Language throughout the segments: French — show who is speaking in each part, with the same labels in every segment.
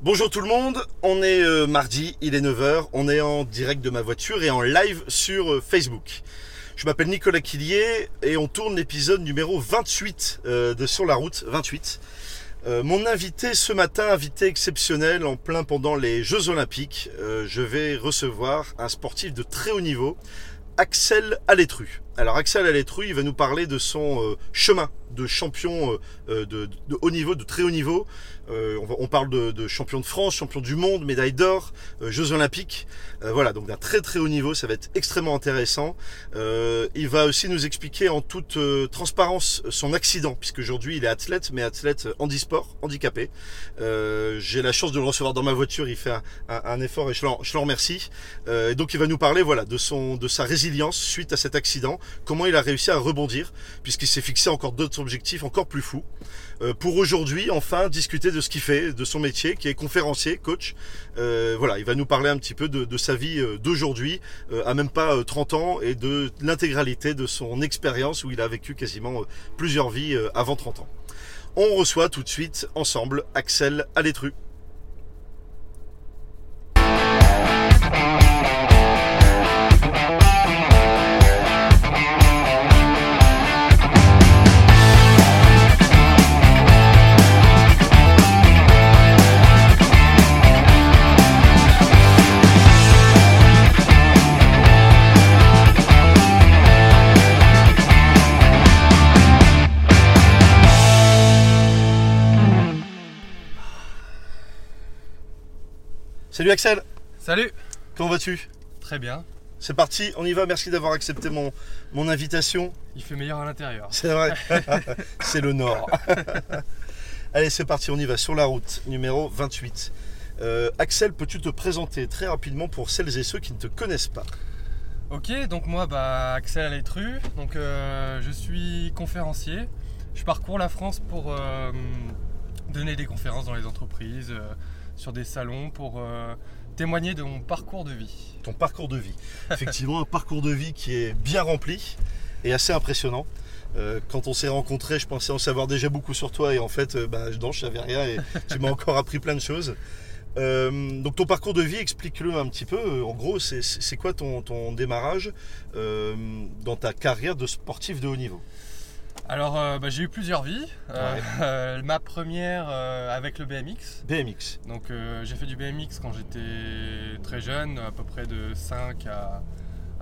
Speaker 1: Bonjour tout le monde, on est euh, mardi, il est 9h, on est en direct de ma voiture et en live sur euh, Facebook. Je m'appelle Nicolas Quillier et on tourne l'épisode numéro 28 euh, de Sur la route 28. Euh, mon invité ce matin, invité exceptionnel en plein pendant les Jeux Olympiques, euh, je vais recevoir un sportif de très haut niveau, Axel Alétru. Alors Axel Alétru, il va nous parler de son euh, chemin de champion euh, euh, de, de haut niveau, de très haut niveau. Euh, on, va- on parle de, de champion de France, champion du monde, médaille d'or, euh, Jeux Olympiques. Euh, voilà, donc d'un très très haut niveau, ça va être extrêmement intéressant. Euh, il va aussi nous expliquer en toute euh, transparence son accident, puisqu'aujourd'hui il est athlète, mais athlète euh, handisport, handicapé. Euh, J'ai la chance de le recevoir dans ma voiture, il fait un, un- un effort et je l'en je l'en remercie. Euh, et donc il va nous parler voilà, de, son, de sa résilience suite à cet accident, comment il a réussi à rebondir, puisqu'il s'est fixé encore d'autres objectifs encore plus fous. Euh, pour aujourd'hui, enfin, discuter de ce qu'il fait, de son métier, qui est conférencier, coach. Euh, voilà, il va nous parler un petit peu de, de sa vie euh, d'aujourd'hui, euh, à même pas euh, 30 ans, et de l'intégralité de son expérience où il a vécu quasiment euh, plusieurs vies euh, avant 30 ans. On reçoit tout de suite ensemble Axel Alétru. Salut Axel,
Speaker 2: Salut
Speaker 1: comment vas-tu
Speaker 2: Très bien.
Speaker 1: C'est parti, on y va, merci d'avoir accepté mon, mon invitation.
Speaker 2: Il fait meilleur à l'intérieur.
Speaker 1: C'est vrai, c'est le Nord. Allez, c'est parti, on y va sur la route numéro 28. Euh, Axel, peux-tu te présenter très rapidement pour celles et ceux qui ne te connaissent pas
Speaker 2: Ok, donc moi, bah, Axel Alétru, donc euh, je suis conférencier. Je parcours la France pour euh, donner des conférences dans les entreprises, euh, sur des salons, pour euh, témoigner de mon parcours de vie.
Speaker 1: Ton parcours de vie. Effectivement, un parcours de vie qui est bien rempli et assez impressionnant. Euh, quand on s'est rencontrés, je pensais en savoir déjà beaucoup sur toi et en fait, euh, bah, non, je savais rien et tu m'as encore appris plein de choses. Euh, donc ton parcours de vie, explique-le un petit peu. En gros, c'est- c'est c'est quoi ton, ton démarrage euh, dans ta carrière de sportif de haut niveau
Speaker 2: Alors, euh, bah, j'ai eu plusieurs vies. Euh, euh, ma première euh, avec le BMX.
Speaker 1: BMX.
Speaker 2: Donc, euh, j'ai fait du BMX quand j'étais très jeune, à peu près de 5 à,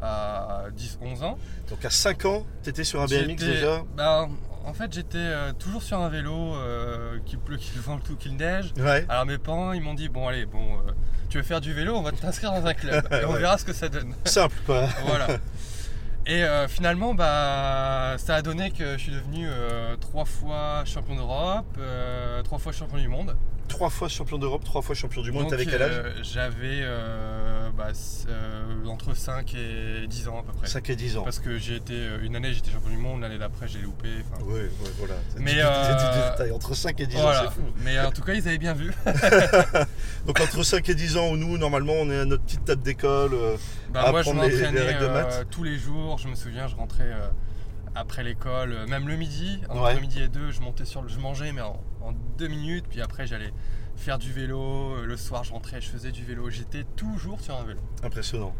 Speaker 2: à 10, 11 ans.
Speaker 1: Donc à 5 ans, tu étais sur un BMX
Speaker 2: J'étais-
Speaker 1: déjà
Speaker 2: bah, En fait, j'étais euh, toujours sur un vélo, euh, qu'il pleut, qu'il vente ou qu'il neige.
Speaker 1: Ouais.
Speaker 2: Alors mes parents, ils m'ont dit bon allez, bon, euh, tu veux faire du vélo, on va t'inscrire dans un club et on
Speaker 1: Ouais.
Speaker 2: verra ce que ça donne.
Speaker 1: Simple quoi.
Speaker 2: voilà. Et euh, finalement, bah, ça a donné que je suis devenu euh, trois fois champion d'Europe, euh, trois fois champion du monde.
Speaker 1: Trois fois champion d'Europe, trois fois champion du monde.
Speaker 2: Donc,
Speaker 1: T'avais quel âge
Speaker 2: euh, J'avais euh, bah, c- euh, entre 5 et 10 ans à peu près.
Speaker 1: 5 et 10 ans.
Speaker 2: Parce que j'ai été, euh, une année j'étais champion du monde, l'année d'après j'ai loupé. enfin,
Speaker 1: Ouais, ouais, voilà.
Speaker 2: Mais,
Speaker 1: Du- du-
Speaker 2: euh,
Speaker 1: du détail. Entre 5 et 10 ans,
Speaker 2: Voilà.
Speaker 1: c'est fou.
Speaker 2: Mais en tout cas, ils avaient bien vu.
Speaker 1: Donc entre 5 et 10 ans, nous, normalement, on est à notre petite table d'école. euh,
Speaker 2: Bah, moi, je
Speaker 1: Apprendre les- les
Speaker 2: m'entraînais
Speaker 1: règles de
Speaker 2: euh,
Speaker 1: maths.
Speaker 2: tous les jours. Je me souviens, je rentrais euh, après l'école, euh, même le midi. Entre
Speaker 1: Ouais.
Speaker 2: le midi et deux, je montais sur le, je mangeais, mais en, en deux minutes. Puis après, j'allais faire du vélo. Euh, Le soir, je rentrais, je faisais du vélo. J'étais toujours sur un vélo.
Speaker 1: Impressionnant.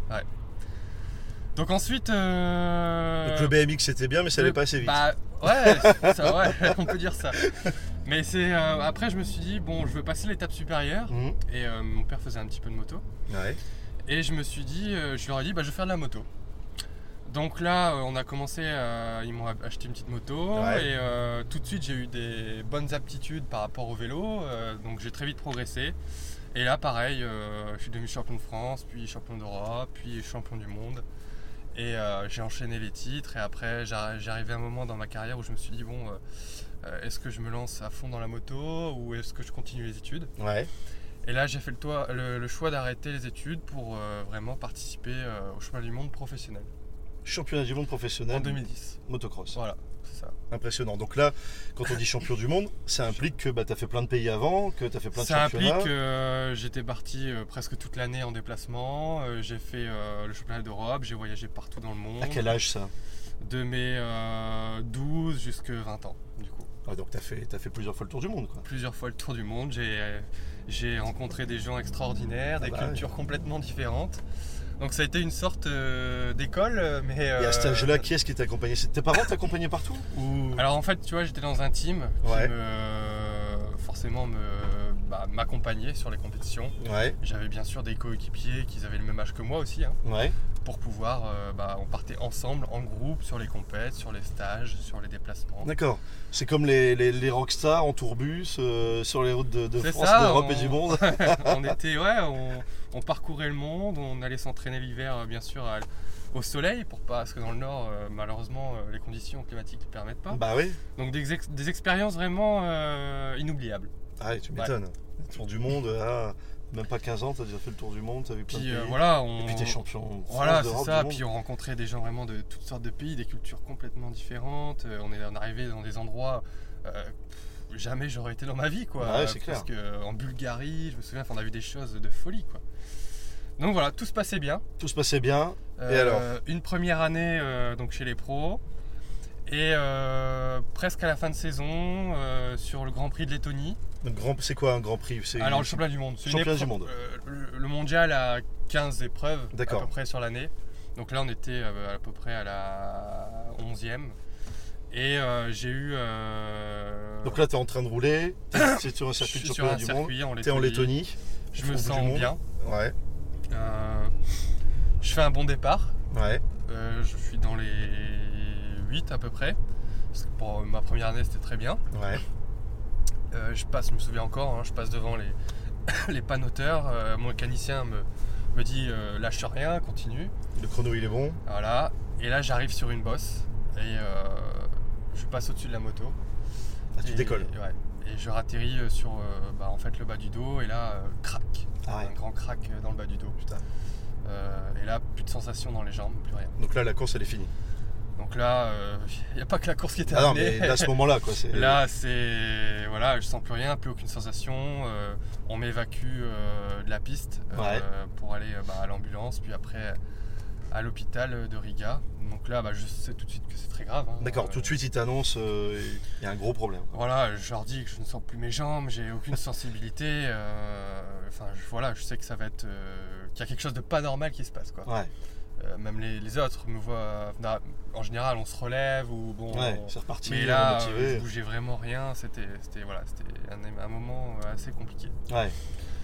Speaker 2: Donc ensuite, euh,
Speaker 1: Donc le BMX, c'était bien, mais ça allait
Speaker 2: le-
Speaker 1: pas assez vite.
Speaker 2: bah, ouais, ça, ouais, on peut dire ça. Mais c'est euh, après, je me suis dit bon, je veux passer l'étape supérieure.
Speaker 1: Mhm.
Speaker 2: Et euh, mon père faisait un petit peu de moto.
Speaker 1: Ouais.
Speaker 2: Et je me suis dit, euh, je leur ai dit, bah, je vais faire de la moto. Donc là, euh, on a commencé, euh, ils m'ont acheté une petite moto
Speaker 1: Ouais.
Speaker 2: et euh, tout de suite j'ai eu des bonnes aptitudes par rapport au vélo, euh, donc j'ai très vite progressé. Et là, pareil, euh, je suis devenu champion de France, puis champion d'Europe, puis champion du monde. Et euh, j'ai enchaîné les titres et après j'ar- j'arrivais à un moment dans ma carrière où je me suis dit, bon, euh, euh, est-ce que je me lance à fond dans la moto ou est-ce que je continue les études
Speaker 1: Ouais.
Speaker 2: et là, j'ai fait le, toi- le- le choix d'arrêter les études pour euh, vraiment participer euh, au chemin du monde professionnel
Speaker 1: Championnat du monde professionnel.
Speaker 2: en 2010.
Speaker 1: Motocross.
Speaker 2: Voilà, c'est ça.
Speaker 1: Impressionnant. Donc là, quand on dit champion du monde, ça implique que bah, tu as fait plein de pays avant, que tu as fait plein de
Speaker 2: Ça
Speaker 1: championnats.
Speaker 2: implique que euh, j'étais parti euh, presque toute l'année en déplacement. euh, j'ai fait euh, le championnat d'Europe, j'ai voyagé partout dans le monde.
Speaker 1: À quel âge ça
Speaker 2: De mes euh, 12 jusqu'à 20 ans, du coup.
Speaker 1: Ouais, Donc tu as, fait t'as fait plusieurs fois le tour du monde. quoi.
Speaker 2: Plusieurs fois le tour du monde. J'ai euh, J'ai rencontré des gens extraordinaires, des
Speaker 1: bah ouais.
Speaker 2: cultures complètement différentes. Donc ça a été une sorte euh, d'école, mais...
Speaker 1: Et à cet
Speaker 2: euh,
Speaker 1: âge-là, qui est-ce qui t'accompagnait C'est- Tes parents t'accompagnaient partout ou...
Speaker 2: Alors en fait, tu vois, j'étais dans un team qui
Speaker 1: Ouais.
Speaker 2: me- forcément me bah, m'accompagnait sur les compétitions.
Speaker 1: Ouais,
Speaker 2: J'avais bien sûr des coéquipiers qui avaient le même âge que moi aussi, hein,
Speaker 1: ouais.
Speaker 2: pour pouvoir, euh, bah, on partait ensemble en groupe sur les compètes, sur les stages, sur les déplacements.
Speaker 1: D'accord. C'est comme les, les, les rockstars en tourbus euh, sur les routes de, de
Speaker 2: C'est
Speaker 1: France,
Speaker 2: ça,
Speaker 1: d'Europe
Speaker 2: on-
Speaker 1: et du monde.
Speaker 2: on était, ouais, on, on parcourait le monde, on allait s'entraîner l'hiver, euh, bien sûr, à- au soleil, pour pas, parce que dans le Nord, euh, malheureusement, euh, les conditions climatiques ne permettent pas.
Speaker 1: bah oui.
Speaker 2: Donc des, ex- des expériences vraiment euh, inoubliables.
Speaker 1: Ah, ouais, tu
Speaker 2: Ouais.
Speaker 1: m'étonnes. Tour du monde, ah, même pas 15 ans, t'as déjà fait le tour du monde, t'as vu plein de
Speaker 2: Puis euh,
Speaker 1: pays.
Speaker 2: voilà, on,
Speaker 1: Et puis t'es champion. de France,
Speaker 2: Voilà, c'est
Speaker 1: d'Europe,
Speaker 2: ça.
Speaker 1: du
Speaker 2: Puis
Speaker 1: monde.
Speaker 2: on rencontrait des gens vraiment de toutes sortes de pays, des cultures complètement différentes. Euh, on est on est arrivé dans des endroits euh, pff, jamais j'aurais été dans ma vie, quoi.
Speaker 1: Ah ouais, c'est
Speaker 2: Parce que euh, en Bulgarie, je me souviens, enfin, on a vu des choses de folie, quoi. Donc voilà, tout se passait bien. Euh,
Speaker 1: Tout se passait bien. Et alors
Speaker 2: Une première année euh, donc chez les pros. Et euh, presque à la fin de saison, euh, sur le Grand Prix de Lettonie.
Speaker 1: Le grand- C'est quoi un grand prix C'est-
Speaker 2: Alors le championnat du monde. c'est une
Speaker 1: Championnat du
Speaker 2: épreuve-
Speaker 1: monde.
Speaker 2: euh, le- le mondial a 15 épreuves à
Speaker 1: D'accord.
Speaker 2: peu près sur l'année. Donc là on était euh, à peu près à la 11e. Et euh, j'ai eu... euh,
Speaker 1: Donc là, t'es en train de rouler, t'es- t'es sur un
Speaker 2: je
Speaker 1: circuit de
Speaker 2: suis sur
Speaker 1: championnat
Speaker 2: un
Speaker 1: du monde,
Speaker 2: circuit en
Speaker 1: t'es en Lettonie.
Speaker 2: Je
Speaker 1: au bout
Speaker 2: me
Speaker 1: du
Speaker 2: sens
Speaker 1: monde.
Speaker 2: bien.
Speaker 1: Ouais,
Speaker 2: Euh, je fais un bon départ.
Speaker 1: ouais.
Speaker 2: Euh, je suis dans les 8 à peu près. Parce que pour ma première année, c'était très bien.
Speaker 1: Ouais,
Speaker 2: Euh, je passe, je me souviens encore, hein, je passe devant les, les panoteurs. Euh, mon mécanicien me, me dit euh, lâche rien, continue.
Speaker 1: le chrono il est bon.
Speaker 2: Voilà. Et là, j'arrive sur une bosse et euh, je passe au-dessus de la moto.
Speaker 1: Ah, tu
Speaker 2: et,
Speaker 1: décolles.
Speaker 2: ouais. Et je ratterris euh, sur euh, bah, en fait, le bas du dos et là, euh, crac.
Speaker 1: Ah ouais.
Speaker 2: Un grand crack euh, dans le bas du dos.
Speaker 1: Putain.
Speaker 2: Euh, et là, plus de sensation dans les jambes, plus rien.
Speaker 1: Donc là, la course, elle est finie.
Speaker 2: Donc là, il n'y a pas que la course qui est
Speaker 1: Ah non,
Speaker 2: terminée.
Speaker 1: mais là, à ce moment-là, quoi. c'est-
Speaker 2: Là, c'est. Voilà, je sens plus rien, plus aucune sensation. euh, on m'évacue euh, de la piste euh,
Speaker 1: Ouais.
Speaker 2: pour aller euh, bah, à l'ambulance, puis après à l'hôpital euh, de Riga. Donc là, bah, je sais tout de suite que c'est très grave. hein.
Speaker 1: D'accord,
Speaker 2: Euh,
Speaker 1: tout de suite, il t'annonce, euh, il y a un gros problème.
Speaker 2: Voilà, je leur dis que je ne sens plus mes jambes, j'ai aucune sensibilité. euh, Enfin, je- voilà, je sais que ça va être. euh, qu'il y a quelque chose de pas normal qui se passe, quoi.
Speaker 1: Ouais,
Speaker 2: Euh, même les, les autres me voient. na- En général, on se relève ou bon.
Speaker 1: ouais,
Speaker 2: on-
Speaker 1: c'est reparti,
Speaker 2: Oh. mais là,
Speaker 1: on est
Speaker 2: euh,
Speaker 1: motivé.
Speaker 2: je bougeais vraiment rien. C'était, c'était voilà, c'était un, un moment euh, assez compliqué.
Speaker 1: Ouais.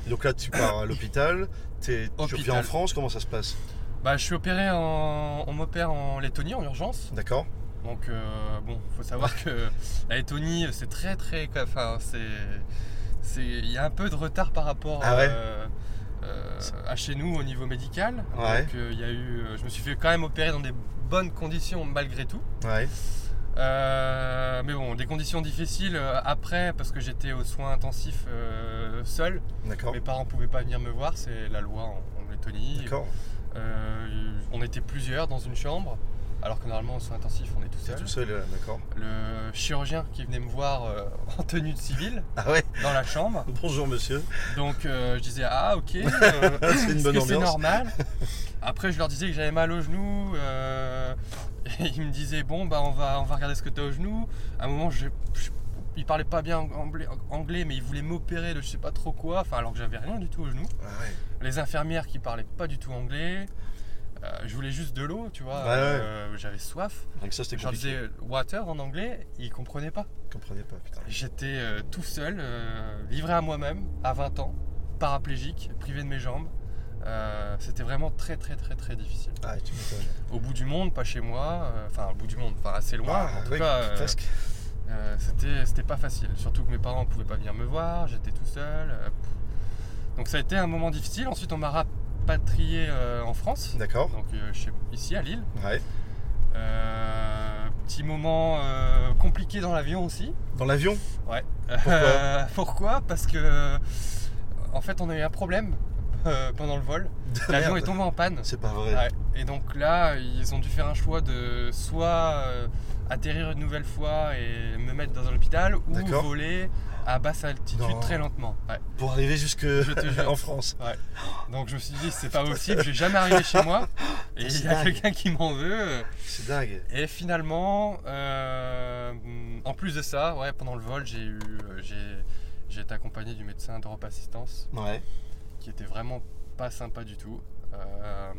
Speaker 1: Et Donc là, tu pars à l'hôpital, t'es- tu
Speaker 2: Hôpital.
Speaker 1: reviens en France, comment ça se passe
Speaker 2: Bah, je suis opéré en, on m'opère en Lettonie en urgence.
Speaker 1: D'accord
Speaker 2: Donc euh, bon, faut savoir que la Lettonie, c'est très très, enfin c'est, c'est, il y a un peu de retard par rapport
Speaker 1: Ah ouais
Speaker 2: euh, euh, à chez nous au niveau médical.
Speaker 1: Ouais.
Speaker 2: Donc euh, il y a eu, euh, je me suis fait quand même opérer dans des bonnes conditions malgré tout.
Speaker 1: Ouais,
Speaker 2: Euh, mais bon, des conditions difficiles euh, après parce que j'étais aux soins intensifs euh, seul.
Speaker 1: d'accord.
Speaker 2: Mes parents pouvaient pas venir me voir, c'est la loi en, en Lettonie.
Speaker 1: D'accord,
Speaker 2: Euh, on était plusieurs dans une chambre, alors que normalement en soins intensifs on est tout
Speaker 1: t'es
Speaker 2: seul.
Speaker 1: tout seul, là, d'accord.
Speaker 2: Le chirurgien qui venait me voir euh, en tenue de civile
Speaker 1: Ah ouais
Speaker 2: dans la chambre.
Speaker 1: Bonjour monsieur.
Speaker 2: Donc euh, je disais ah ok, euh,
Speaker 1: C'est une
Speaker 2: est-ce
Speaker 1: bonne
Speaker 2: que c'est
Speaker 1: ambiance.
Speaker 2: normal. Après je leur disais que j'avais mal au genou. euh, et ils me disaient bon bah on va on va regarder ce que t'as au genou. À un moment je, je- ils parlaient pas bien anglais, anglais, mais ils voulaient m'opérer de je sais pas trop quoi, enfin alors que j'avais rien du tout au genou.
Speaker 1: Ah ouais.
Speaker 2: les infirmières qui parlaient pas du tout anglais. Euh, je voulais juste de l'eau, tu vois.
Speaker 1: Ouais, ouais.
Speaker 2: Euh, J'avais soif.
Speaker 1: Rien Ah, que ça, c'était
Speaker 2: Je leur
Speaker 1: compliqué.
Speaker 2: disais water en anglais, ils comprenaient pas.
Speaker 1: Je comprenais pas, putain.
Speaker 2: J'étais euh, tout seul, euh, livré à moi-même, à 20 ans, paraplégique, privé de mes jambes. Euh, C'était vraiment très très très très difficile.
Speaker 1: Ah, tu m'étonnes.
Speaker 2: Au bout du monde, pas chez moi, euh, enfin au bout du monde, enfin assez loin.
Speaker 1: Ah,
Speaker 2: en tout
Speaker 1: ouais,
Speaker 2: cas, euh,
Speaker 1: presque.
Speaker 2: euh, c'était, c'était pas facile, surtout que mes parents pouvaient pas venir me voir, j'étais tout seul. euh, pff. donc ça a été un moment difficile. Ensuite, on m'a rapatrié euh, en France,
Speaker 1: D'accord,
Speaker 2: donc euh, chez- ici à Lille.
Speaker 1: ouais.
Speaker 2: Euh, petit moment euh, compliqué dans l'avion aussi.
Speaker 1: Dans l'avion
Speaker 2: Pourquoi, pourquoi Parce que en fait, on a eu un problème euh, pendant le vol. L'avion
Speaker 1: Merde.
Speaker 2: est tombé en panne.
Speaker 1: C'est pas vrai.
Speaker 2: Ah. Ouais. Et donc là, ils ont dû faire un choix de soit euh, atterrir une nouvelle fois et me mettre dans un hôpital ou
Speaker 1: D'accord.
Speaker 2: voler à basse altitude
Speaker 1: Non.
Speaker 2: très lentement. Ouais.
Speaker 1: Pour arriver jusque
Speaker 2: Je te jure.
Speaker 1: en France.
Speaker 2: Donc je me suis dit, c'est pas possible, j'ai jamais arrivé chez moi et
Speaker 1: C'est
Speaker 2: il y a
Speaker 1: dingue.
Speaker 2: quelqu'un qui m'en veut.
Speaker 1: C'est dingue.
Speaker 2: Et finalement, euh, en plus de ça, ouais, pendant le vol, j'ai eu, euh, j'ai- J'ai été accompagné du médecin d'Europe Assistance
Speaker 1: Ouais.
Speaker 2: qui était vraiment pas sympa du tout. Euh,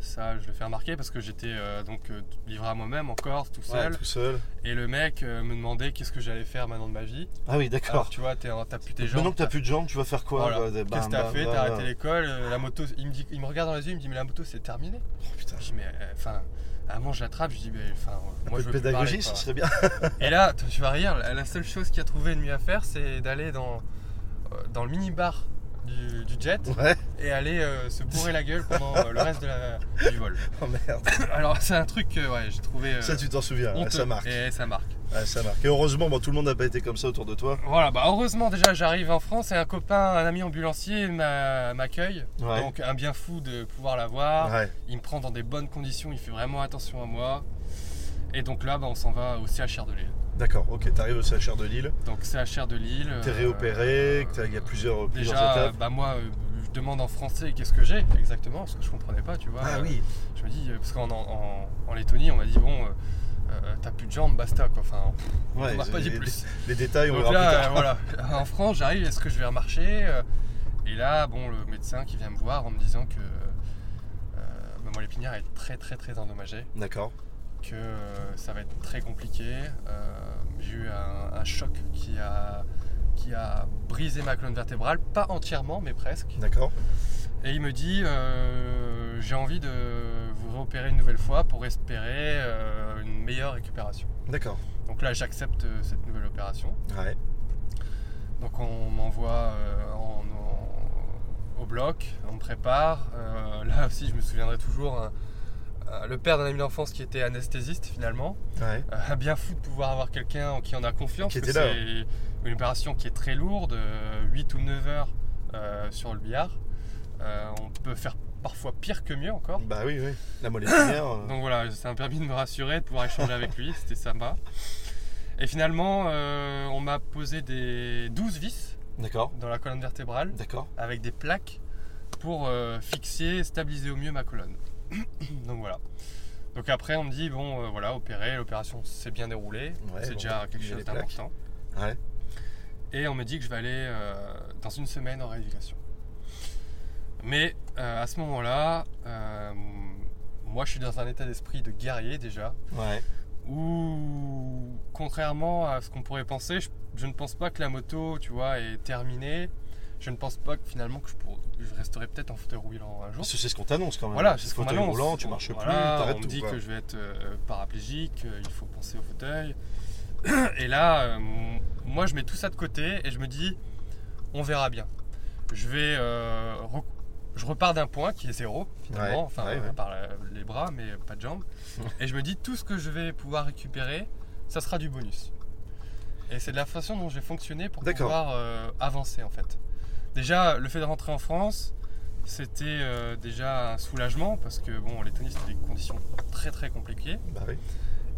Speaker 2: ça, je le fais remarquer parce que j'étais euh, donc euh, livré à moi-même encore tout
Speaker 1: Ouais,
Speaker 2: seul.
Speaker 1: tout seul.
Speaker 2: Et le mec euh, me demandait qu'est-ce que j'allais faire maintenant de ma vie.
Speaker 1: Ah oui,
Speaker 2: Alors
Speaker 1: d'accord.
Speaker 2: tu vois, t'es- t'as plus tes
Speaker 1: Donc,
Speaker 2: jambes.
Speaker 1: Maintenant que t'as plus de jambes, tu vas faire quoi
Speaker 2: Voilà.
Speaker 1: bah, des-
Speaker 2: Qu'est-ce
Speaker 1: bah,
Speaker 2: que t'as
Speaker 1: bah,
Speaker 2: fait
Speaker 1: bah,
Speaker 2: T'as
Speaker 1: bah.
Speaker 2: arrêté l'école, euh, la moto, il me, dit, il me regarde dans les yeux, il me dit mais la moto c'est terminé.
Speaker 1: Oh, putain.
Speaker 2: Je dis mais euh, enfin, à un moment je l'attrape, je dis mais enfin, euh,
Speaker 1: Un peu
Speaker 2: moi je
Speaker 1: de
Speaker 2: veux plus
Speaker 1: pédagogie,
Speaker 2: parler,
Speaker 1: ce
Speaker 2: quoi.
Speaker 1: serait bien.
Speaker 2: Et là, t- tu vas rire, la la seule chose qu'il a trouvé de mieux à faire c'est d'aller dans, euh, dans le mini-bar du, du jet
Speaker 1: Ouais.
Speaker 2: et aller euh, se bourrer la gueule pendant euh, le reste de la- du vol.
Speaker 1: Oh merde.
Speaker 2: Alors c'est un truc que ouais, j'ai trouvé euh,
Speaker 1: Ça, tu t'en souviens. ouais,
Speaker 2: honteux.
Speaker 1: ça marque.
Speaker 2: Et ça marque.
Speaker 1: Ouais, ça marque. Et heureusement, bon, tout le monde n'a pas été comme ça autour de toi.
Speaker 2: Voilà, bah heureusement déjà j'arrive en France et un copain, un ami ambulancier m'a- m'accueille.
Speaker 1: Ouais.
Speaker 2: Donc un bien fou de pouvoir l'avoir.
Speaker 1: ouais.
Speaker 2: Il me prend dans des bonnes conditions, il fait vraiment attention à moi. Et donc là, bah, on s'en va au CHR de Lille.
Speaker 1: D'accord. Ok, t'arrives au CHR de Lille.
Speaker 2: Donc CHR de Lille.
Speaker 1: T'es
Speaker 2: euh,
Speaker 1: réopéré. que t'as- Il y a plusieurs, plusieurs
Speaker 2: Déjà, euh,
Speaker 1: étapes.
Speaker 2: bah moi, euh, je demande en français qu'est-ce que j'ai exactement, parce que je comprenais pas, tu vois.
Speaker 1: Ah
Speaker 2: Euh,
Speaker 1: oui.
Speaker 2: Je me dis, euh, parce qu'en en, en- en Lettonie, on m'a dit, bon, euh, euh, t'as plus de jambes, basta, quoi. Enfin,
Speaker 1: Ouais,
Speaker 2: on m'a pas dit
Speaker 1: les-
Speaker 2: plus.
Speaker 1: Les détails, on verra
Speaker 2: Donc
Speaker 1: plus
Speaker 2: là,
Speaker 1: tard.
Speaker 2: euh, voilà, en France, j'arrive, est-ce que je vais remarcher Euh, Et là, bon, le médecin qui vient me voir en me disant que euh, bah, mon épinière est très, très, très endommagée,
Speaker 1: D'accord.
Speaker 2: que euh, ça va être très compliqué. Euh, J'ai eu un, un choc qui a, qui a brisé ma colonne vertébrale, pas entièrement, mais presque.
Speaker 1: D'accord.
Speaker 2: Et il me dit euh, J'ai envie de vous réopérer une nouvelle fois pour espérer euh, une meilleure récupération.
Speaker 1: D'accord.
Speaker 2: Donc là, j'accepte euh, cette nouvelle opération.
Speaker 1: Ouais.
Speaker 2: Donc on m'envoie euh, en- en- au bloc, on me prépare. Euh, là aussi, je me souviendrai toujours, hein, euh, le père d'un ami d'enfance qui était anesthésiste finalement,
Speaker 1: Ouais.
Speaker 2: Euh, bien fou de pouvoir avoir quelqu'un en qui on a confiance.
Speaker 1: Qui
Speaker 2: parce
Speaker 1: était
Speaker 2: que
Speaker 1: là.
Speaker 2: C'est une opération qui est très lourde, euh, 8 ou 9 heures euh, sur le billard. Euh, on peut faire parfois pire que mieux encore.
Speaker 1: Bah oui, oui. La molette première, euh,
Speaker 2: Donc voilà, ça m'a permis de me rassurer, de pouvoir échanger avec lui, c'était sympa. Et finalement, euh, on m'a posé des 12 vis
Speaker 1: D'accord.
Speaker 2: dans la colonne vertébrale
Speaker 1: D'accord.
Speaker 2: avec des plaques pour euh, fixer, stabiliser au mieux ma colonne. Donc voilà. Donc après, on me dit bon, euh, voilà, opérer, l'opération s'est bien déroulée,
Speaker 1: Ouais,
Speaker 2: c'est
Speaker 1: bon,
Speaker 2: déjà
Speaker 1: il
Speaker 2: quelque
Speaker 1: y a les
Speaker 2: chose d'important.
Speaker 1: Ouais.
Speaker 2: Et on me dit que je vais aller euh, dans une semaine en rééducation. Mais euh, à ce moment-là, euh, moi, je suis dans un état d'esprit de guerrier déjà
Speaker 1: Ouais.
Speaker 2: ou contrairement à ce qu'on pourrait penser, je, je ne pense pas que la moto, tu vois, est terminée. Je ne pense pas que finalement que je, pour- que je resterai peut-être en fauteuil roulant un jour.
Speaker 1: Parce que c'est ce qu'on t'annonce quand même.
Speaker 2: Voilà, c'est ce qu'on
Speaker 1: Fauteuil
Speaker 2: m'annonce.
Speaker 1: roulant, tu marches
Speaker 2: Voilà,
Speaker 1: plus, t'arrêtes
Speaker 2: On
Speaker 1: tout.
Speaker 2: me dit
Speaker 1: quoi.
Speaker 2: que je vais être euh, paraplégique, euh, il faut penser au fauteuil. Et là, euh, m- moi, je mets tout ça de côté et je me dis, on verra bien. Je vais, euh, re- je repars d'un point qui est zéro finalement,
Speaker 1: Ouais,
Speaker 2: enfin euh,
Speaker 1: ouais, ouais.
Speaker 2: par la- les bras, mais pas de jambes. et je me dis, tout ce que je vais pouvoir récupérer, ça sera du bonus. Et c'est de la façon dont je vais fonctionner pour
Speaker 1: D'accord.
Speaker 2: pouvoir euh, avancer en fait. Déjà, le fait de rentrer en France, c'était euh, déjà un soulagement parce que bon, en Lettonie, c'était des conditions très très compliquées.
Speaker 1: Bah oui.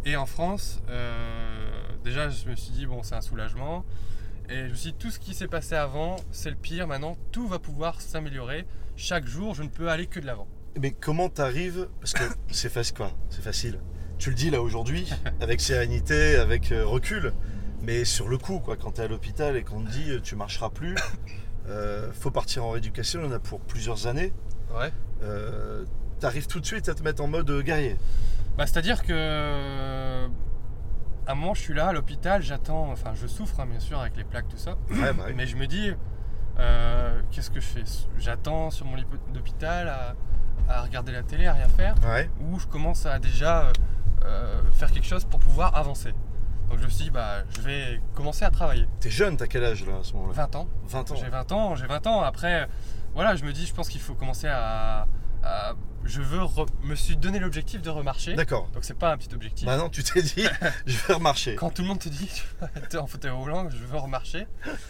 Speaker 2: Et en France, euh, déjà, je me suis dit, bon, c'est un soulagement. Et je me suis dit, tout ce qui s'est passé avant, c'est le pire. Maintenant, tout va pouvoir s'améliorer. Chaque jour, je ne peux aller que de l'avant.
Speaker 1: Mais comment t'arrives Parce que c'est facile, quoi. C'est facile. Tu le dis là aujourd'hui, avec sérénité, avec euh, recul, mais sur le coup, quoi. Quand t'es à l'hôpital et qu'on te dit euh, tu marcheras plus, euh, faut partir en rééducation. Il y en a pour plusieurs années.
Speaker 2: Ouais.
Speaker 1: Euh, T'arrives tout de suite à te mettre en mode euh, guerrier.
Speaker 2: Bah, c'est-à-dire que. euh, À un moment, je suis là à l'hôpital, j'attends. Enfin, je souffre, hein, bien sûr, avec les plaques, tout ça.
Speaker 1: Ouais, bah oui.
Speaker 2: Mais je me dis, euh, qu'est-ce que je fais J'attends sur mon lit d'hôpital à, à regarder la télé, à rien faire.
Speaker 1: Ouais.
Speaker 2: où je commence à déjà euh, euh, faire quelque chose pour pouvoir avancer. Donc je me suis dit, bah, je vais commencer à travailler.
Speaker 1: T'es jeune, t'as quel âge là à ce moment-là
Speaker 2: 20 ans,
Speaker 1: 20 ans.
Speaker 2: j'ai 20 ans, j'ai 20 ans. Après, euh, voilà, je me dis, je pense qu'il faut commencer à. à- je veux. re- me suis donné l'objectif de remarcher.
Speaker 1: D'accord.
Speaker 2: Donc c'est pas un petit objectif.
Speaker 1: Maintenant, tu t'es dit, je vais remarcher.
Speaker 2: Quand tout le monde te dit, t'es en fauteuil roulant, je veux remarcher,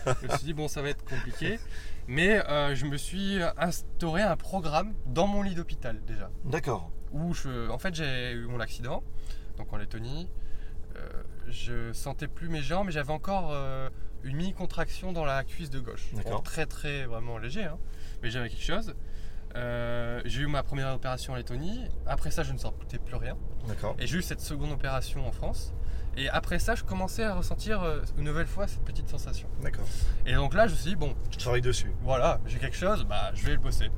Speaker 2: je me suis dit, bon, ça va être compliqué. Mais euh, je me suis instauré un programme dans mon lit d'hôpital déjà.
Speaker 1: D'accord.
Speaker 2: où je, en fait j'ai eu mon accident, donc en Lettonie. Euh, je sentais plus mes jambes, mais j'avais encore euh, une mini contraction dans la cuisse de gauche.
Speaker 1: D'accord.
Speaker 2: Bon, très très vraiment léger, hein, mais j'avais quelque chose. Euh, j'ai eu ma première opération en Lettonie. Après ça, je ne sentais plus rien.
Speaker 1: D'accord.
Speaker 2: Et j'ai eu cette seconde opération en France. Et après ça, je commençais à ressentir euh, une nouvelle fois cette petite sensation.
Speaker 1: D'accord.
Speaker 2: Et donc là, je me suis dit, bon,
Speaker 1: Tu travailles dessus.
Speaker 2: voilà, j'ai quelque chose, bah, je vais le bosser.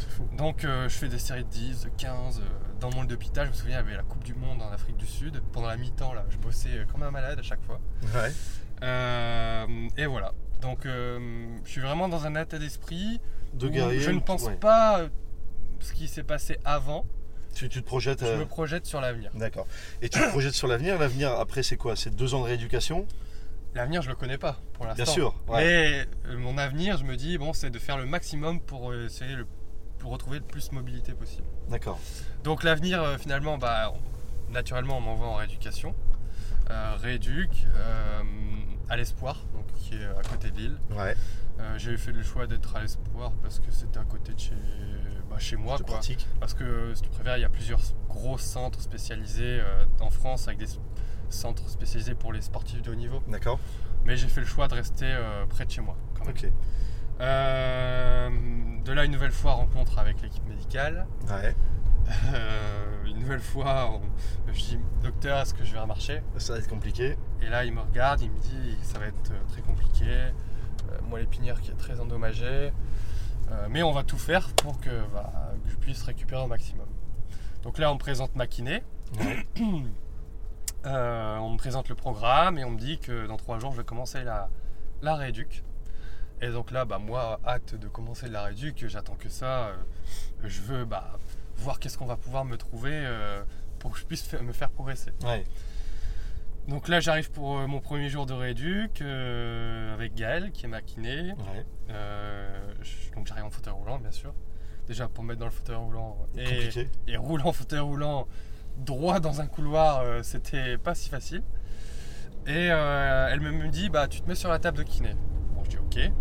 Speaker 1: C'est fou.
Speaker 2: Donc euh, je fais des séries de 10, de 15. euh, dans le monde de Pita, je me souviens, il y avait la Coupe du Monde en Afrique du Sud. Pendant la mi-temps, là, je bossais euh, comme un malade à chaque fois.
Speaker 1: Ouais.
Speaker 2: Euh, et voilà. Donc euh, je suis vraiment dans un état d'esprit
Speaker 1: De
Speaker 2: où
Speaker 1: guerrier.
Speaker 2: je ne pense
Speaker 1: ouais.
Speaker 2: pas euh, ce qui s'est passé avant.
Speaker 1: Tu, tu te projettes.
Speaker 2: Je
Speaker 1: euh,
Speaker 2: me projette sur l'avenir.
Speaker 1: D'accord. Et tu te projettes sur l'avenir. L'avenir, après, c'est quoi C'est deux ans de rééducation
Speaker 2: L'avenir, je le connais pas pour l'instant.
Speaker 1: Bien sûr. ouais.
Speaker 2: Mais euh, mon avenir, je me dis, bon, c'est de faire le maximum pour euh, essayer le, pour retrouver le plus de mobilité possible.
Speaker 1: D'accord.
Speaker 2: Donc l'avenir, euh, finalement, bah, on- naturellement, on m'envoie en rééducation, euh, rééduque, euh, à l'espoir, donc qui est à côté de Lille.
Speaker 1: Ouais.
Speaker 2: Euh, J'ai fait le choix d'être à l'espoir parce que c'était à côté de chez, bah, chez moi,
Speaker 1: Je
Speaker 2: quoi.
Speaker 1: pratique.
Speaker 2: Parce que euh, si tu préfères, il y a plusieurs gros centres spécialisés euh, en France avec des s- centres spécialisés pour les sportifs de haut niveau.
Speaker 1: D'accord.
Speaker 2: Mais j'ai fait le choix de rester euh, près de chez moi. Quand même.
Speaker 1: Ok.
Speaker 2: Euh, de là, une nouvelle fois, rencontre avec l'équipe médicale.
Speaker 1: Ouais.
Speaker 2: Euh, une nouvelle fois, on- je dis Docteur, est-ce que je vais remarcher
Speaker 1: Ça va être compliqué.
Speaker 2: Et là, il me regarde, il me dit Ça va être euh, très compliqué. Euh, moi, l'épinière qui est très endommagée. Euh, mais on va tout faire pour que, bah, que je puisse récupérer au maximum. Donc là, on me présente ma kiné.
Speaker 1: Ouais.
Speaker 2: Euh, on me présente le programme et on me dit que dans trois jours, je vais commencer la, la rééduque. Et donc là, bah, moi, hâte de commencer la rééduque, j'attends que ça. Euh, je veux bah, voir qu'est-ce qu'on va pouvoir me trouver euh, pour que je puisse fa- me faire progresser.
Speaker 1: ouais.
Speaker 2: Donc là, j'arrive pour euh, mon premier jour de rééduque euh, avec Gaël, qui est ma kiné.
Speaker 1: Ouais.
Speaker 2: Euh, je- donc j'arrive en fauteuil roulant, bien sûr. Déjà, pour me mettre dans le fauteuil roulant. Et,
Speaker 1: Compliqué.
Speaker 2: et roulant, fauteuil roulant, droit dans un couloir, euh, c'était pas si facile. Et euh, elle me, me dit, bah tu te mets sur la table de kiné. Bon, je dis ok.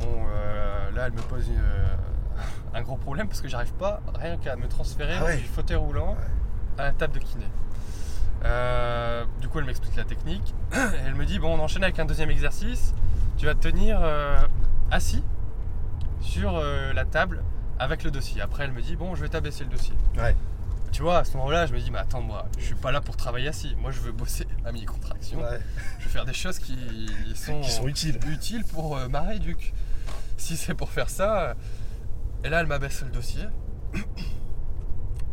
Speaker 2: Bon, euh, là, elle me pose une- euh, un gros problème parce que j'arrive pas rien qu'à me transférer
Speaker 1: Ah ouais.
Speaker 2: du fauteuil roulant
Speaker 1: Ouais.
Speaker 2: à la table de kiné. Euh, du coup, elle m'explique la technique. Et elle me dit, bon, on enchaîne avec un deuxième exercice. Tu vas te tenir euh, assis sur euh, la table avec le dossier. Après, elle me dit, bon, je vais t'abaisser le dossier.
Speaker 1: Ouais.
Speaker 2: Tu vois, à ce moment-là, je me dis, mais attends, moi, je suis pas là pour travailler assis. Moi, je veux bosser à mi-contraction.
Speaker 1: Ouais.
Speaker 2: Je veux faire des choses qui sont,
Speaker 1: Qui sont utiles.
Speaker 2: utiles pour euh, ma rééduque. Si c'est pour faire ça. euh, Et là, elle m'abaisse le dossier.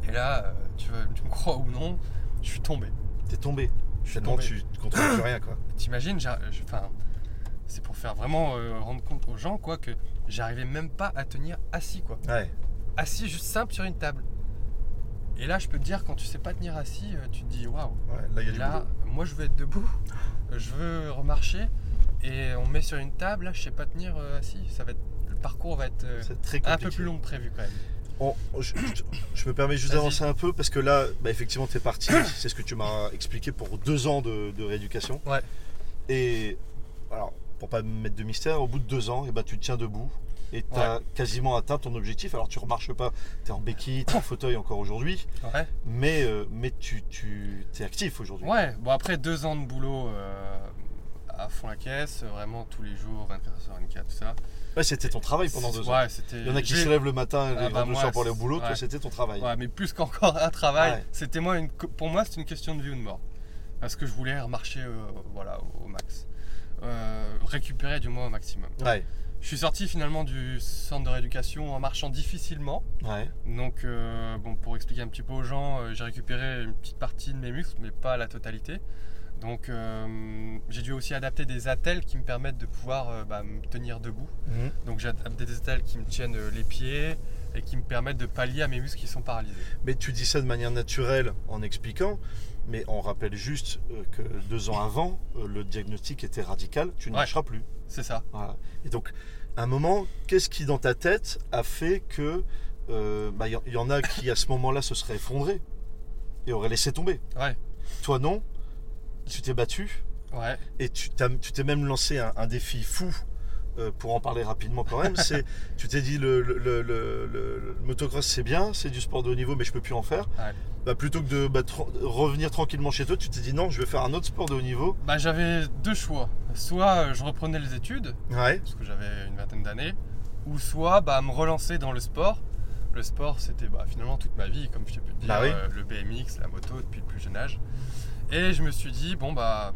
Speaker 2: Et là, euh, tu, veux- tu me crois ou non, je suis tombé.
Speaker 1: T'es tombé.
Speaker 2: Je suis
Speaker 1: Finalement,
Speaker 2: tombé.
Speaker 1: tu tu contrôles plus rien, quoi.
Speaker 2: T'imagines, j'ai- je- enfin, c'est pour faire vraiment euh, rendre compte aux gens quoi que j'arrivais même pas à tenir assis quoi.
Speaker 1: Ouais.
Speaker 2: Assis juste simple sur une table. Et là, je peux te dire, quand tu sais pas tenir assis, euh, tu te dis waouh.
Speaker 1: Ouais. Là, il y a du
Speaker 2: Là,
Speaker 1: boulot.
Speaker 2: moi je veux être debout, je veux remarcher et on me met sur une table. Là, je sais pas tenir euh, assis. Ça va être, le parcours va être euh,
Speaker 1: C'est très compliqué.
Speaker 2: un peu plus long que prévu quand même.
Speaker 1: On- Oh, je, je- je me permets juste
Speaker 2: Vas-y.
Speaker 1: d'avancer un peu parce que là, bah, effectivement, tu es parti. C'est ce que tu m'as expliqué pour deux ans de, de rééducation.
Speaker 2: Ouais.
Speaker 1: Et alors, pour pas me mettre de mystère, au bout de deux ans, et ben, tu te tiens debout et tu as quasiment atteint ton objectif. Alors, tu remarches pas, tu es en béquille, tu en fauteuil encore aujourd'hui,
Speaker 2: Ouais.
Speaker 1: mais, euh, mais tu, tu es actif aujourd'hui.
Speaker 2: Ouais, bon après deux ans de boulot euh, à fond la caisse, vraiment tous les jours, 24 sur 24, tout ça.
Speaker 1: Ouais, c'était ton travail pendant deux ans.
Speaker 2: Ouais, c'était.
Speaker 1: Il y en a qui
Speaker 2: j'ai-
Speaker 1: se lèvent le matin et
Speaker 2: Ah, bah,
Speaker 1: rentrent le
Speaker 2: moi,
Speaker 1: soir pour aller au boulot.
Speaker 2: ouais.
Speaker 1: Toi, c'était ton travail.
Speaker 2: Ouais, mais plus qu'encore un travail,
Speaker 1: Ouais.
Speaker 2: c'était moi une, pour moi c'est une question de vie ou de mort. Parce que je voulais remarcher euh, voilà, au, au max. Euh, récupérer du moins au maximum.
Speaker 1: Ouais.
Speaker 2: Je suis sorti finalement du centre de rééducation en marchant difficilement.
Speaker 1: ouais.
Speaker 2: Donc, euh, bon, pour expliquer un petit peu aux gens, euh, j'ai récupéré une petite partie de mes muscles, mais pas la totalité. Donc, euh, j'ai dû aussi adapter des attelles qui me permettent de pouvoir euh, bah, me tenir debout.
Speaker 1: Mhm.
Speaker 2: Donc, j'ai adapté des attelles qui me tiennent euh, les pieds et qui me permettent de pallier à mes muscles qui sont paralysés.
Speaker 1: Mais tu dis ça de manière naturelle en expliquant, mais on rappelle juste euh, que deux ans avant, euh, le diagnostic était radical, tu ne
Speaker 2: Ouais.
Speaker 1: marcheras plus.
Speaker 2: C'est ça.
Speaker 1: Voilà. Et donc, à un moment, qu'est-ce qui dans ta tête a fait que euh, bah, il y, il y en a qui à ce moment-là se seraient effondrés et auraient laissé tomber
Speaker 2: Ouais.
Speaker 1: Toi non, tu t'es battu
Speaker 2: Ouais.
Speaker 1: et tu t'as- tu t'es même lancé un, un défi fou. euh, pour en parler rapidement quand même, c'est tu t'es dit le, le- le- le- le- le motocross c'est bien, c'est du sport de haut niveau mais je peux plus en faire.
Speaker 2: Ouais.
Speaker 1: Bah, plutôt que de bah, tra- revenir tranquillement chez toi, tu t'es dit non, je vais faire un autre sport de haut niveau.
Speaker 2: Bah, j'avais deux choix. Soit euh, je reprenais les études,
Speaker 1: Ouais.
Speaker 2: parce que j'avais une vingtaine d'années, ou soit bah, me relancer dans le sport. Le sport, c'était bah, finalement toute ma vie, comme je t'ai pu te dire,
Speaker 1: Bah oui.
Speaker 2: euh, le BMX, la moto depuis le plus jeune âge. Et je me suis dit, bon, bah,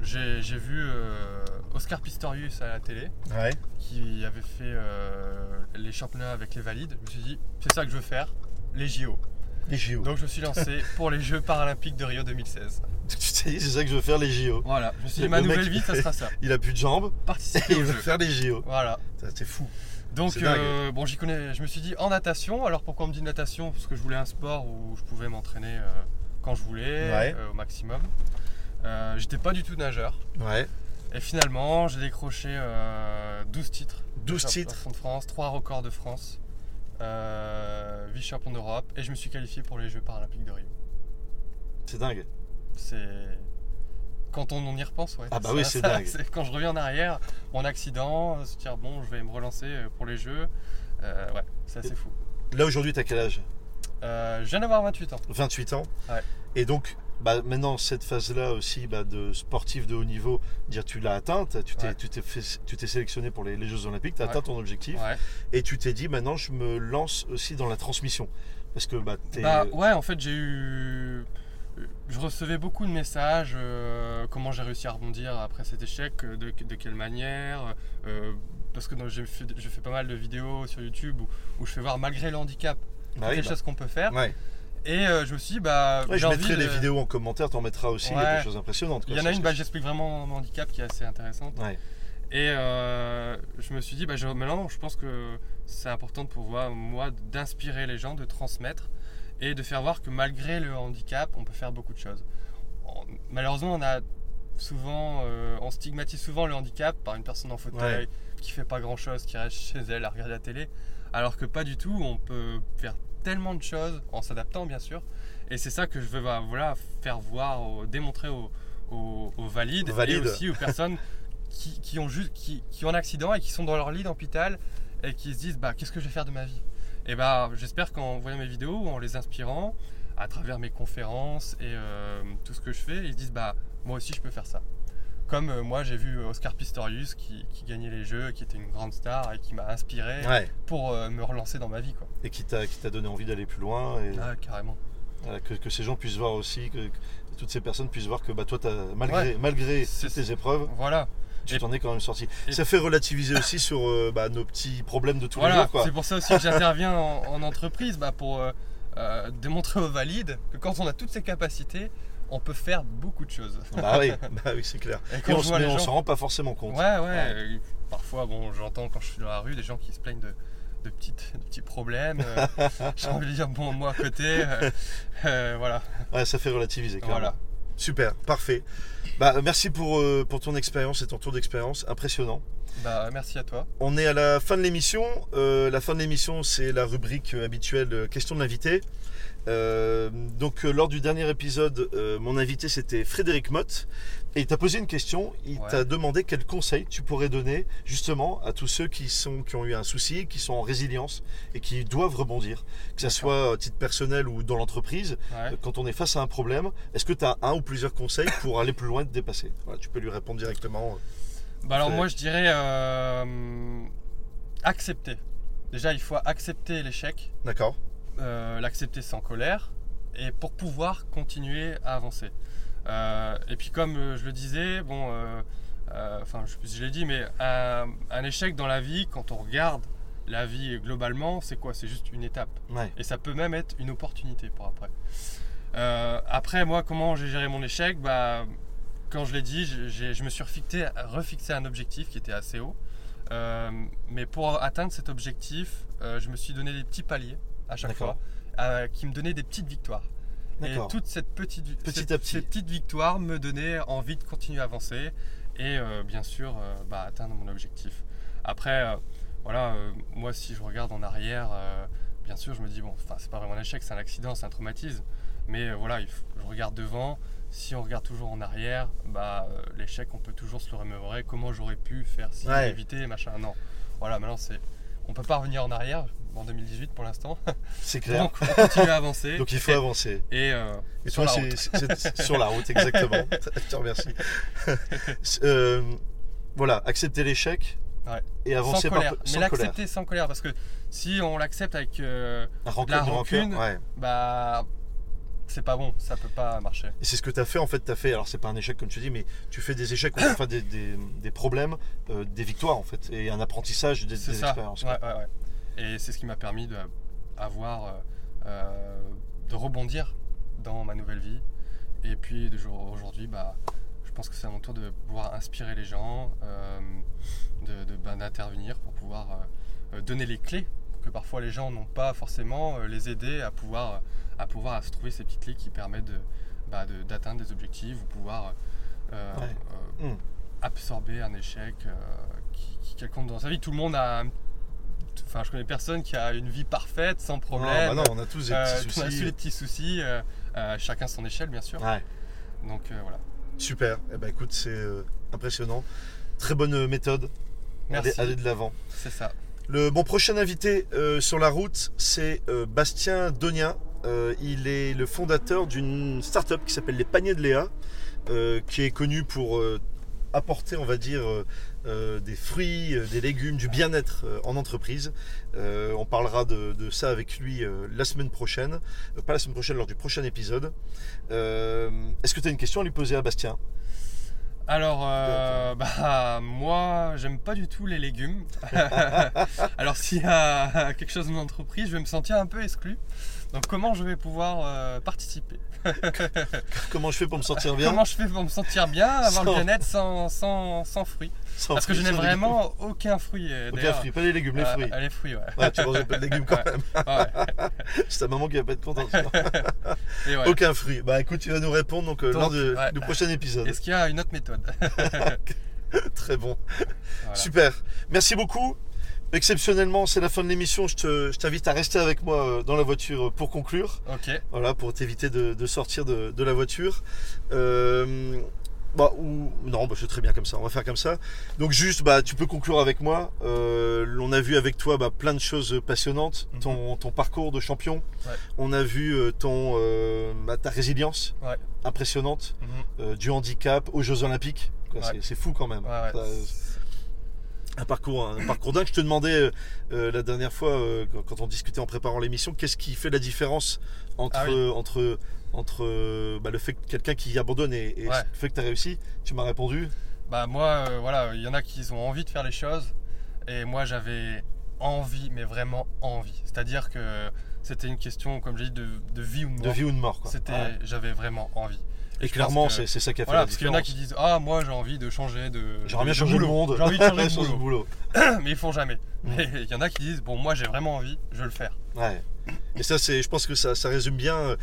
Speaker 2: j'ai j'ai vu euh, Oscar Pistorius à la télé
Speaker 1: Ouais.
Speaker 2: qui avait fait euh, les championnats avec les valides. Je me suis dit, c'est ça que je veux faire, les JO.
Speaker 1: Les JO.
Speaker 2: Donc je me suis lancé pour les Jeux Paralympiques de Rio 2016.
Speaker 1: Tu t'es dit, c'est ça que je veux faire les JO.
Speaker 2: Voilà, je me suis dit,
Speaker 1: Le
Speaker 2: ma
Speaker 1: mec-
Speaker 2: nouvelle vie, ça sera ça.
Speaker 1: Il a plus de jambes et
Speaker 2: Participer
Speaker 1: il
Speaker 2: aux
Speaker 1: veut
Speaker 2: Jeux.
Speaker 1: faire les JO.
Speaker 2: Voilà.
Speaker 1: Ça, C'est fou.
Speaker 2: Donc,
Speaker 1: C'est dingue.
Speaker 2: euh, bon, j'y connais. Je me suis dit en natation. Alors, pourquoi on me dit natation Parce que je voulais un sport où je pouvais m'entraîner euh, quand je voulais,
Speaker 1: Ouais.
Speaker 2: euh, au maximum. Euh, J'étais pas du tout nageur.
Speaker 1: Ouais.
Speaker 2: Et finalement, j'ai décroché euh, 12 titres.
Speaker 1: 12
Speaker 2: Champion
Speaker 1: titres.
Speaker 2: de France, 3 records de France, euh, vice-champion d'Europe, et je me suis qualifié pour les Jeux Paralympiques de Rio.
Speaker 1: C'est dingue.
Speaker 2: C'est. Quand on, on y repense, ouais.
Speaker 1: Ah bah
Speaker 2: Ça-
Speaker 1: oui, c'est
Speaker 2: ça-
Speaker 1: dingue.
Speaker 2: c'est- Quand je reviens en arrière, mon accident, euh, se dire bon, je vais me relancer euh, pour les Jeux. Euh, ouais, c'est assez fou.
Speaker 1: Là aujourd'hui, t'as quel âge
Speaker 2: Euh, je viens d'avoir 28 ans.
Speaker 1: 28 ans.
Speaker 2: Ouais.
Speaker 1: Et donc, bah, maintenant, cette phase-là aussi bah, de sportif de haut niveau, dire tu l'as atteinte, tu t'es,
Speaker 2: Ouais.
Speaker 1: tu t'es, fait- tu t'es sélectionné pour les, les Jeux Olympiques, tu as
Speaker 2: Ouais.
Speaker 1: atteint ton objectif
Speaker 2: Ouais.
Speaker 1: et tu t'es dit maintenant je me lance aussi dans la transmission. Parce que bah, t'es-
Speaker 2: Bah ouais, en fait, j'ai eu. euh, Je recevais beaucoup de messages, euh, comment j'ai réussi à rebondir après cet échec, euh, de, de quelle manière. euh, parce que dans- j'ai fait, je fais pas mal de vidéos sur YouTube où, où je fais voir malgré le handicap
Speaker 1: bah
Speaker 2: les
Speaker 1: oui,
Speaker 2: choses qu'on peut faire.
Speaker 1: bah, ouais.
Speaker 2: Et euh, je me suis dit, bah.
Speaker 1: Ouais,
Speaker 2: j'ai
Speaker 1: je
Speaker 2: envie
Speaker 1: mettrai
Speaker 2: de-
Speaker 1: les vidéos en commentaire, t'en mettras aussi, il y a
Speaker 2: Ouais.
Speaker 1: des choses impressionnantes.
Speaker 2: Il
Speaker 1: quoi,
Speaker 2: y en a
Speaker 1: sur
Speaker 2: une,
Speaker 1: ce
Speaker 2: bah,
Speaker 1: que-
Speaker 2: j'explique vraiment mon handicap qui est assez intéressante.
Speaker 1: Ouais.
Speaker 2: Et euh, je me suis dit, bah, je, maintenant, je pense que c'est important pour moi, moi, d'inspirer les gens, de transmettre et de faire voir que malgré le handicap, on peut faire beaucoup de choses. On- malheureusement, on a souvent, euh, on stigmatise souvent le handicap par une personne en fauteuil qui fait pas grand chose, qui reste chez elle à regarder la télé, alors que pas du tout. On peut faire tellement de choses en s'adaptant, bien sûr. Et c'est ça que je veux, bah, voilà, faire voir, au- démontrer aux, aux- aux valides,
Speaker 1: Valides.
Speaker 2: et aussi aux personnes qui, qui ont juste, qui, qui ont un accident et qui sont dans leur lit d'hôpital et qui se disent, bah, qu'est-ce que je vais faire de ma vie Et bah, j'espère qu'en voyant mes vidéos, en les inspirant, à travers mes conférences et euh, tout ce que je fais, ils se disent, bah, moi aussi je peux faire ça. Comme euh, moi j'ai vu Oscar Pistorius qui, qui gagnait les jeux, qui était une grande star et qui m'a inspiré
Speaker 1: Ouais.
Speaker 2: pour euh, me relancer dans ma vie quoi.
Speaker 1: Et qui t'a, qui t'a donné envie d'aller plus loin et
Speaker 2: Ah, carrément.
Speaker 1: voilà, que, que ces gens puissent voir aussi, que, que toutes ces personnes puissent voir que bah, toi, t'as- malgré, malgré
Speaker 2: C'est-
Speaker 1: toutes tes épreuves,
Speaker 2: Voilà.
Speaker 1: tu
Speaker 2: Et-
Speaker 1: t'en es quand même sorti.
Speaker 2: et-
Speaker 1: Ça fait relativiser aussi sur euh, bah, nos petits problèmes de tous les
Speaker 2: voilà.
Speaker 1: jours. Quoi.
Speaker 2: C'est pour ça aussi que j'interviens en, en entreprise bah, pour euh, euh, démontrer aux valides que quand on a toutes ces capacités, on peut faire beaucoup de choses.
Speaker 1: Bah oui, bah oui c'est clair.
Speaker 2: Et
Speaker 1: Et
Speaker 2: quand
Speaker 1: on
Speaker 2: je
Speaker 1: se-
Speaker 2: vois
Speaker 1: mais
Speaker 2: les
Speaker 1: on
Speaker 2: gens-
Speaker 1: s'en rend pas forcément compte.
Speaker 2: Ouais, ouais.
Speaker 1: Ouais.
Speaker 2: euh, Parfois, bon, j'entends quand je suis dans la rue des gens qui se plaignent de, de, petites, de petits problèmes. euh, J'ai envie de dire, bon, moi à côté, euh, euh, voilà.
Speaker 1: Ouais, ça fait relativiser. Clairement.
Speaker 2: voilà.
Speaker 1: Super, parfait. Bah, merci pour, euh, pour ton expérience et ton tour d'expérience. Impressionnant.
Speaker 2: Bah, merci à toi.
Speaker 1: On est à la fin de l'émission. Euh, la fin de l'émission, c'est la rubrique euh, habituelle euh, question de l'invité. Euh, donc, euh, lors du dernier épisode, euh, mon invité c'était Frédéric Mott. Et il t'a posé une question. Il
Speaker 2: Ouais.
Speaker 1: t'a demandé quel conseil tu pourrais donner justement à tous ceux qui, sont, qui ont eu un souci, qui sont en résilience et qui doivent rebondir, que ce
Speaker 2: D'accord.
Speaker 1: soit à titre personnel ou dans l'entreprise.
Speaker 2: Ouais.
Speaker 1: Euh, Quand on est face à un problème, est-ce que tu as un ou plusieurs conseils pour aller plus loin et te dépasser Voilà, Tu peux lui répondre directement. euh,
Speaker 2: Bah alors
Speaker 1: C'est-
Speaker 2: moi je dirais euh, accepter. Déjà il faut accepter l'échec,
Speaker 1: D'accord
Speaker 2: euh, l'accepter sans colère, et pour pouvoir continuer à avancer. Euh, et puis comme euh, je le disais, bon, euh, euh, enfin je sais plus si je l'ai dit, mais un, un échec dans la vie, quand on regarde la vie globalement, c'est quoi C'est juste une étape.
Speaker 1: Ouais.
Speaker 2: Et ça peut même être une opportunité pour après. Euh, après, moi, comment j'ai géré mon échec bah, Quand je l'ai dit, j'ai- j'ai- je me suis refixé, refixé un objectif qui était assez haut. Euh, mais pour atteindre cet objectif, euh, je me suis donné des petits paliers à chaque
Speaker 1: D'accord.
Speaker 2: fois euh, qui me donnaient des petites victoires. Et
Speaker 1: D'accord.
Speaker 2: toute cette petite, vi-
Speaker 1: Petit
Speaker 2: cette-
Speaker 1: à petit.
Speaker 2: ces petites victoires me donnaient envie de continuer à avancer et euh, bien sûr euh, bah, atteindre mon objectif. Après, euh, voilà, euh, moi si je regarde en arrière, euh, bien sûr je me dis bon, enfin c'est pas vraiment un échec, c'est un accident, c'est un traumatisme. Mais euh, voilà, il faut- je regarde devant. Si on regarde toujours en arrière, bah euh, l'échec, on peut toujours se le remémorer. Comment j'aurais pu faire si
Speaker 1: Ouais.
Speaker 2: éviter machin. Non, voilà, maintenant c'est, on peut pas revenir en arrière en 2018 pour l'instant.
Speaker 1: C'est clair.
Speaker 2: Donc on continue à avancer.
Speaker 1: Donc il faut avancer.
Speaker 2: et euh,
Speaker 1: Et
Speaker 2: sur
Speaker 1: toi,
Speaker 2: la
Speaker 1: c'est-
Speaker 2: route.
Speaker 1: c'est- c'est- sur la route, exactement. Je te remercie. Euh, voilà, accepter l'échec
Speaker 2: Ouais.
Speaker 1: et
Speaker 2: sans
Speaker 1: avancer
Speaker 2: colère.
Speaker 1: par
Speaker 2: mais
Speaker 1: sans colère.
Speaker 2: l'accepter sans colère parce que si on l'accepte avec euh,
Speaker 1: La rancune,
Speaker 2: la
Speaker 1: du rancune,
Speaker 2: rancune.
Speaker 1: ouais.
Speaker 2: bah c'est pas bon, ça peut pas marcher.
Speaker 1: Et c'est ce que tu as fait en fait, tu as fait, alors c'est pas un échec comme tu dis, mais tu fais des échecs, enfin des, des, des problèmes, euh, des victoires en fait, et un apprentissage des,
Speaker 2: C'est
Speaker 1: des
Speaker 2: ça.
Speaker 1: expériences.
Speaker 2: Ouais,
Speaker 1: quoi.
Speaker 2: ouais, ouais. Et c'est ce qui m'a permis de avoir, euh, euh, de rebondir dans ma nouvelle vie. Et puis de jour- aujourd'hui, bah, je pense que c'est à mon tour de pouvoir inspirer les gens, euh, de- de- ben, d'intervenir pour pouvoir euh, euh, donner les clés que parfois les gens n'ont pas forcément, euh, les aider à pouvoir, à pouvoir à se trouver ces petites clés qui permettent de- bah, de- d'atteindre des objectifs ou pouvoir euh,
Speaker 1: Ouais.
Speaker 2: euh,
Speaker 1: Mm.
Speaker 2: absorber un échec euh, qui, qui quelconque dans sa vie. Tout le monde a un Enfin, je connais personne qui a une vie parfaite, sans
Speaker 1: Non,
Speaker 2: problème.
Speaker 1: bah non, on a tous des
Speaker 2: Euh,
Speaker 1: petits
Speaker 2: tout le monde a tous
Speaker 1: soucis.
Speaker 2: les petits soucis, euh, euh, chacun son échelle, bien sûr.
Speaker 1: Ouais.
Speaker 2: Donc euh, voilà.
Speaker 1: Super. Eh ben écoute, c'est euh, impressionnant. Très bonne euh, méthode.
Speaker 2: Merci.
Speaker 1: Allez- allez de l'avant.
Speaker 2: C'est ça.
Speaker 1: Le, mon prochain invité euh, sur la route, c'est euh, Bastien Donien. Euh, il est le fondateur d'une start-up qui s'appelle Les Paniers de Léa, euh, qui est connue pour euh, apporter, on va dire, euh, euh, des fruits, euh, des légumes, du bien-être euh, en entreprise. Euh, on parlera de, de ça avec lui euh, la semaine prochaine. Euh, pas la semaine prochaine, lors du prochain épisode. Euh, Est-ce que tu as une question à lui poser à Bastien
Speaker 2: Alors, euh, bah, moi, j'aime pas du tout les légumes. Alors, s'il y a quelque chose dans l'entreprise, je vais me sentir un peu exclu. Donc, comment je vais pouvoir euh, participer
Speaker 1: Comment je fais pour me sentir bien
Speaker 2: Comment je fais pour me sentir bien,
Speaker 1: Sans-
Speaker 2: avoir le bien-être sans, sans, sans fruits
Speaker 1: sans
Speaker 2: Parce que je
Speaker 1: fruits,
Speaker 2: n'ai
Speaker 1: sans
Speaker 2: vraiment aucun fruit. euh,
Speaker 1: légumes Aucun
Speaker 2: d'ailleurs.
Speaker 1: fruit, pas les légumes, les
Speaker 2: Euh,
Speaker 1: fruits.
Speaker 2: les fruits, ouais.
Speaker 1: Ouais, tu manges pas de légumes quand
Speaker 2: Ouais.
Speaker 1: même.
Speaker 2: Ouais.
Speaker 1: C'est ta maman qui va pas être contente.
Speaker 2: Et voilà.
Speaker 1: Aucun fruit. Bah écoute, tu vas nous répondre donc, euh,
Speaker 2: Donc,
Speaker 1: lors de-
Speaker 2: ouais.
Speaker 1: du prochain épisode.
Speaker 2: Est-ce qu'il y a une autre méthode
Speaker 1: Très bon.
Speaker 2: Voilà.
Speaker 1: Super. Merci beaucoup. Exceptionnellement, c'est la fin de l'émission. Je te- je t'invite à rester avec moi euh, dans la voiture euh, pour conclure.
Speaker 2: Ok.
Speaker 1: Voilà, pour t'éviter de, de sortir de, de la voiture. Euh, bah, ou, non, bah, c'est très bien comme ça. On va faire comme ça. Donc juste, bah, tu peux conclure avec moi. Euh, on a vu avec toi bah, plein de choses passionnantes.
Speaker 2: Mhm.
Speaker 1: Ton, ton parcours de champion.
Speaker 2: Ouais.
Speaker 1: On a vu euh, ton, euh, bah, ta résilience
Speaker 2: Ouais.
Speaker 1: impressionnante.
Speaker 2: Mhm.
Speaker 1: euh, du handicap aux Jeux Olympiques. Quoi,
Speaker 2: Ouais.
Speaker 1: c'est- C'est fou quand même.
Speaker 2: Ouais, ouais.
Speaker 1: Ça, un parcours, un parcours dingue. Je te demandais euh, euh, la dernière fois, euh, quand- quand on discutait en préparant l'émission, qu'est-ce qui fait la différence entre,
Speaker 2: Ah oui.
Speaker 1: euh, entre, entre euh, bah, le fait que quelqu'un qui abandonne et, et
Speaker 2: Ouais.
Speaker 1: le fait que tu as réussi Tu m'as répondu.
Speaker 2: Bah moi, euh, voilà, il y en a qui ont envie de faire les choses, et moi j'avais envie, mais vraiment envie. C'est-à-dire que c'était une question, comme j'ai dit, de, de vie ou de mort.
Speaker 1: De vie ou de mort. Quoi.
Speaker 2: C'était,
Speaker 1: Ouais.
Speaker 2: j'avais vraiment envie.
Speaker 1: Et
Speaker 2: je
Speaker 1: clairement,
Speaker 2: pense que-
Speaker 1: c'est c'est ça qui a fait
Speaker 2: Voilà,
Speaker 1: la
Speaker 2: parce qu'il y en a qui
Speaker 1: différence.
Speaker 2: disent ah moi j'ai envie de changer de.
Speaker 1: J'aimerais bien
Speaker 2: de- de
Speaker 1: changer le
Speaker 2: boulot.
Speaker 1: monde.
Speaker 2: J'ai envie de changer
Speaker 1: Ouais,
Speaker 2: de
Speaker 1: changer de
Speaker 2: boulot,
Speaker 1: boulot.
Speaker 2: mais ils font jamais.
Speaker 1: Mm.
Speaker 2: Mais il y en a qui disent bon moi j'ai vraiment envie, je vais le faire.
Speaker 1: Ouais. Et ça, c'est, je pense que ça, ça résume bien euh,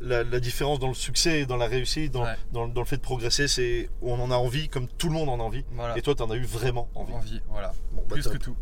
Speaker 1: la, la différence dans le succès, et dans la réussite, dans,
Speaker 2: Ouais.
Speaker 1: dans, dans le fait de progresser. C'est on en a envie, comme tout le monde en a envie.
Speaker 2: Voilà.
Speaker 1: Et toi, t'en as eu vraiment envie.
Speaker 2: voilà.
Speaker 1: Bon, bah,
Speaker 2: Plus
Speaker 1: top.
Speaker 2: que tout.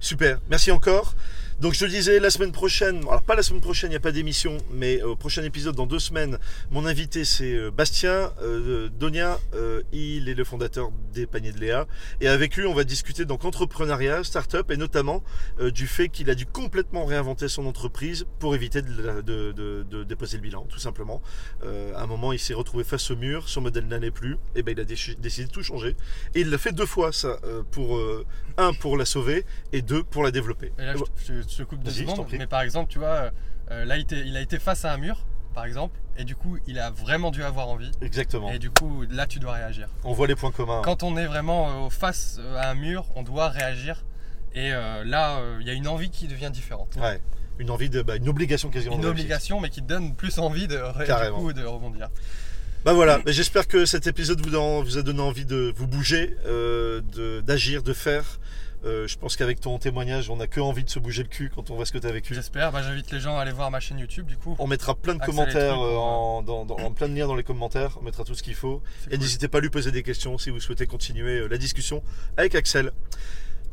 Speaker 1: Super, merci encore. Donc je te disais, la semaine prochaine, alors pas la semaine prochaine, il n'y a pas d'émission, mais euh, au prochain épisode dans deux semaines, mon invité c'est euh, Bastien euh, Donia, euh, il est le fondateur des paniers de Léa. Et avec lui, on va discuter donc entrepreneuriat, start-up et notamment euh, du fait qu'il a dû complètement réinventer son entreprise pour éviter de, la- de- de- de déposer le bilan, tout simplement. Euh, à un moment, il s'est retrouvé face au mur, son modèle n'allait plus, et ben il a déch- décidé de tout changer. Et il l'a fait deux fois ça, euh, pour euh, un pour la sauver et deux pour la développer.
Speaker 2: Et là, je, te- je te coupe deux
Speaker 1: Vas-y, je t'en
Speaker 2: secondes,
Speaker 1: prie.
Speaker 2: mais par exemple, tu vois, euh, euh, là, il, était- il a été face à un mur, par exemple, et du coup, il a vraiment dû avoir envie.
Speaker 1: Exactement.
Speaker 2: Et du coup, là, tu dois réagir.
Speaker 1: On voit les points communs.
Speaker 2: Quand on est vraiment euh, face euh, à un mur, on doit réagir. Et euh, là, euh, il y a une envie qui devient différente.
Speaker 1: Ouais. Une envie de, bah, une obligation quasiment.
Speaker 2: Une
Speaker 1: de réussite.
Speaker 2: obligation, mais qui te donne plus envie de, ré- du
Speaker 1: Carrément.
Speaker 2: coup, de rebondir.
Speaker 1: Bah voilà. Mais J'espère que cet épisode vous, don- vous a donné envie de vous bouger, euh, de- d'agir, de, faire. Euh, je pense qu'avec ton témoignage, on n'a que envie de se bouger le cul quand on voit ce que tu as vécu.
Speaker 2: J'espère. Bah, J'invite les gens à aller voir ma chaîne YouTube, du coup.
Speaker 1: On mettra plein de
Speaker 2: Axel, les
Speaker 1: commentaires,
Speaker 2: trucs,
Speaker 1: euh,
Speaker 2: on va-
Speaker 1: en, dans, dans- en plein de liens dans les commentaires. On mettra tout ce qu'il faut.
Speaker 2: C'est
Speaker 1: Et
Speaker 2: cool.
Speaker 1: n'hésitez pas à lui poser des questions si vous souhaitez continuer euh, la discussion avec Axel.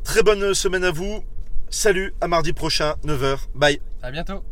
Speaker 1: Très bonne semaine à vous. Salut, à mardi prochain, 9h. Bye.
Speaker 2: À bientôt.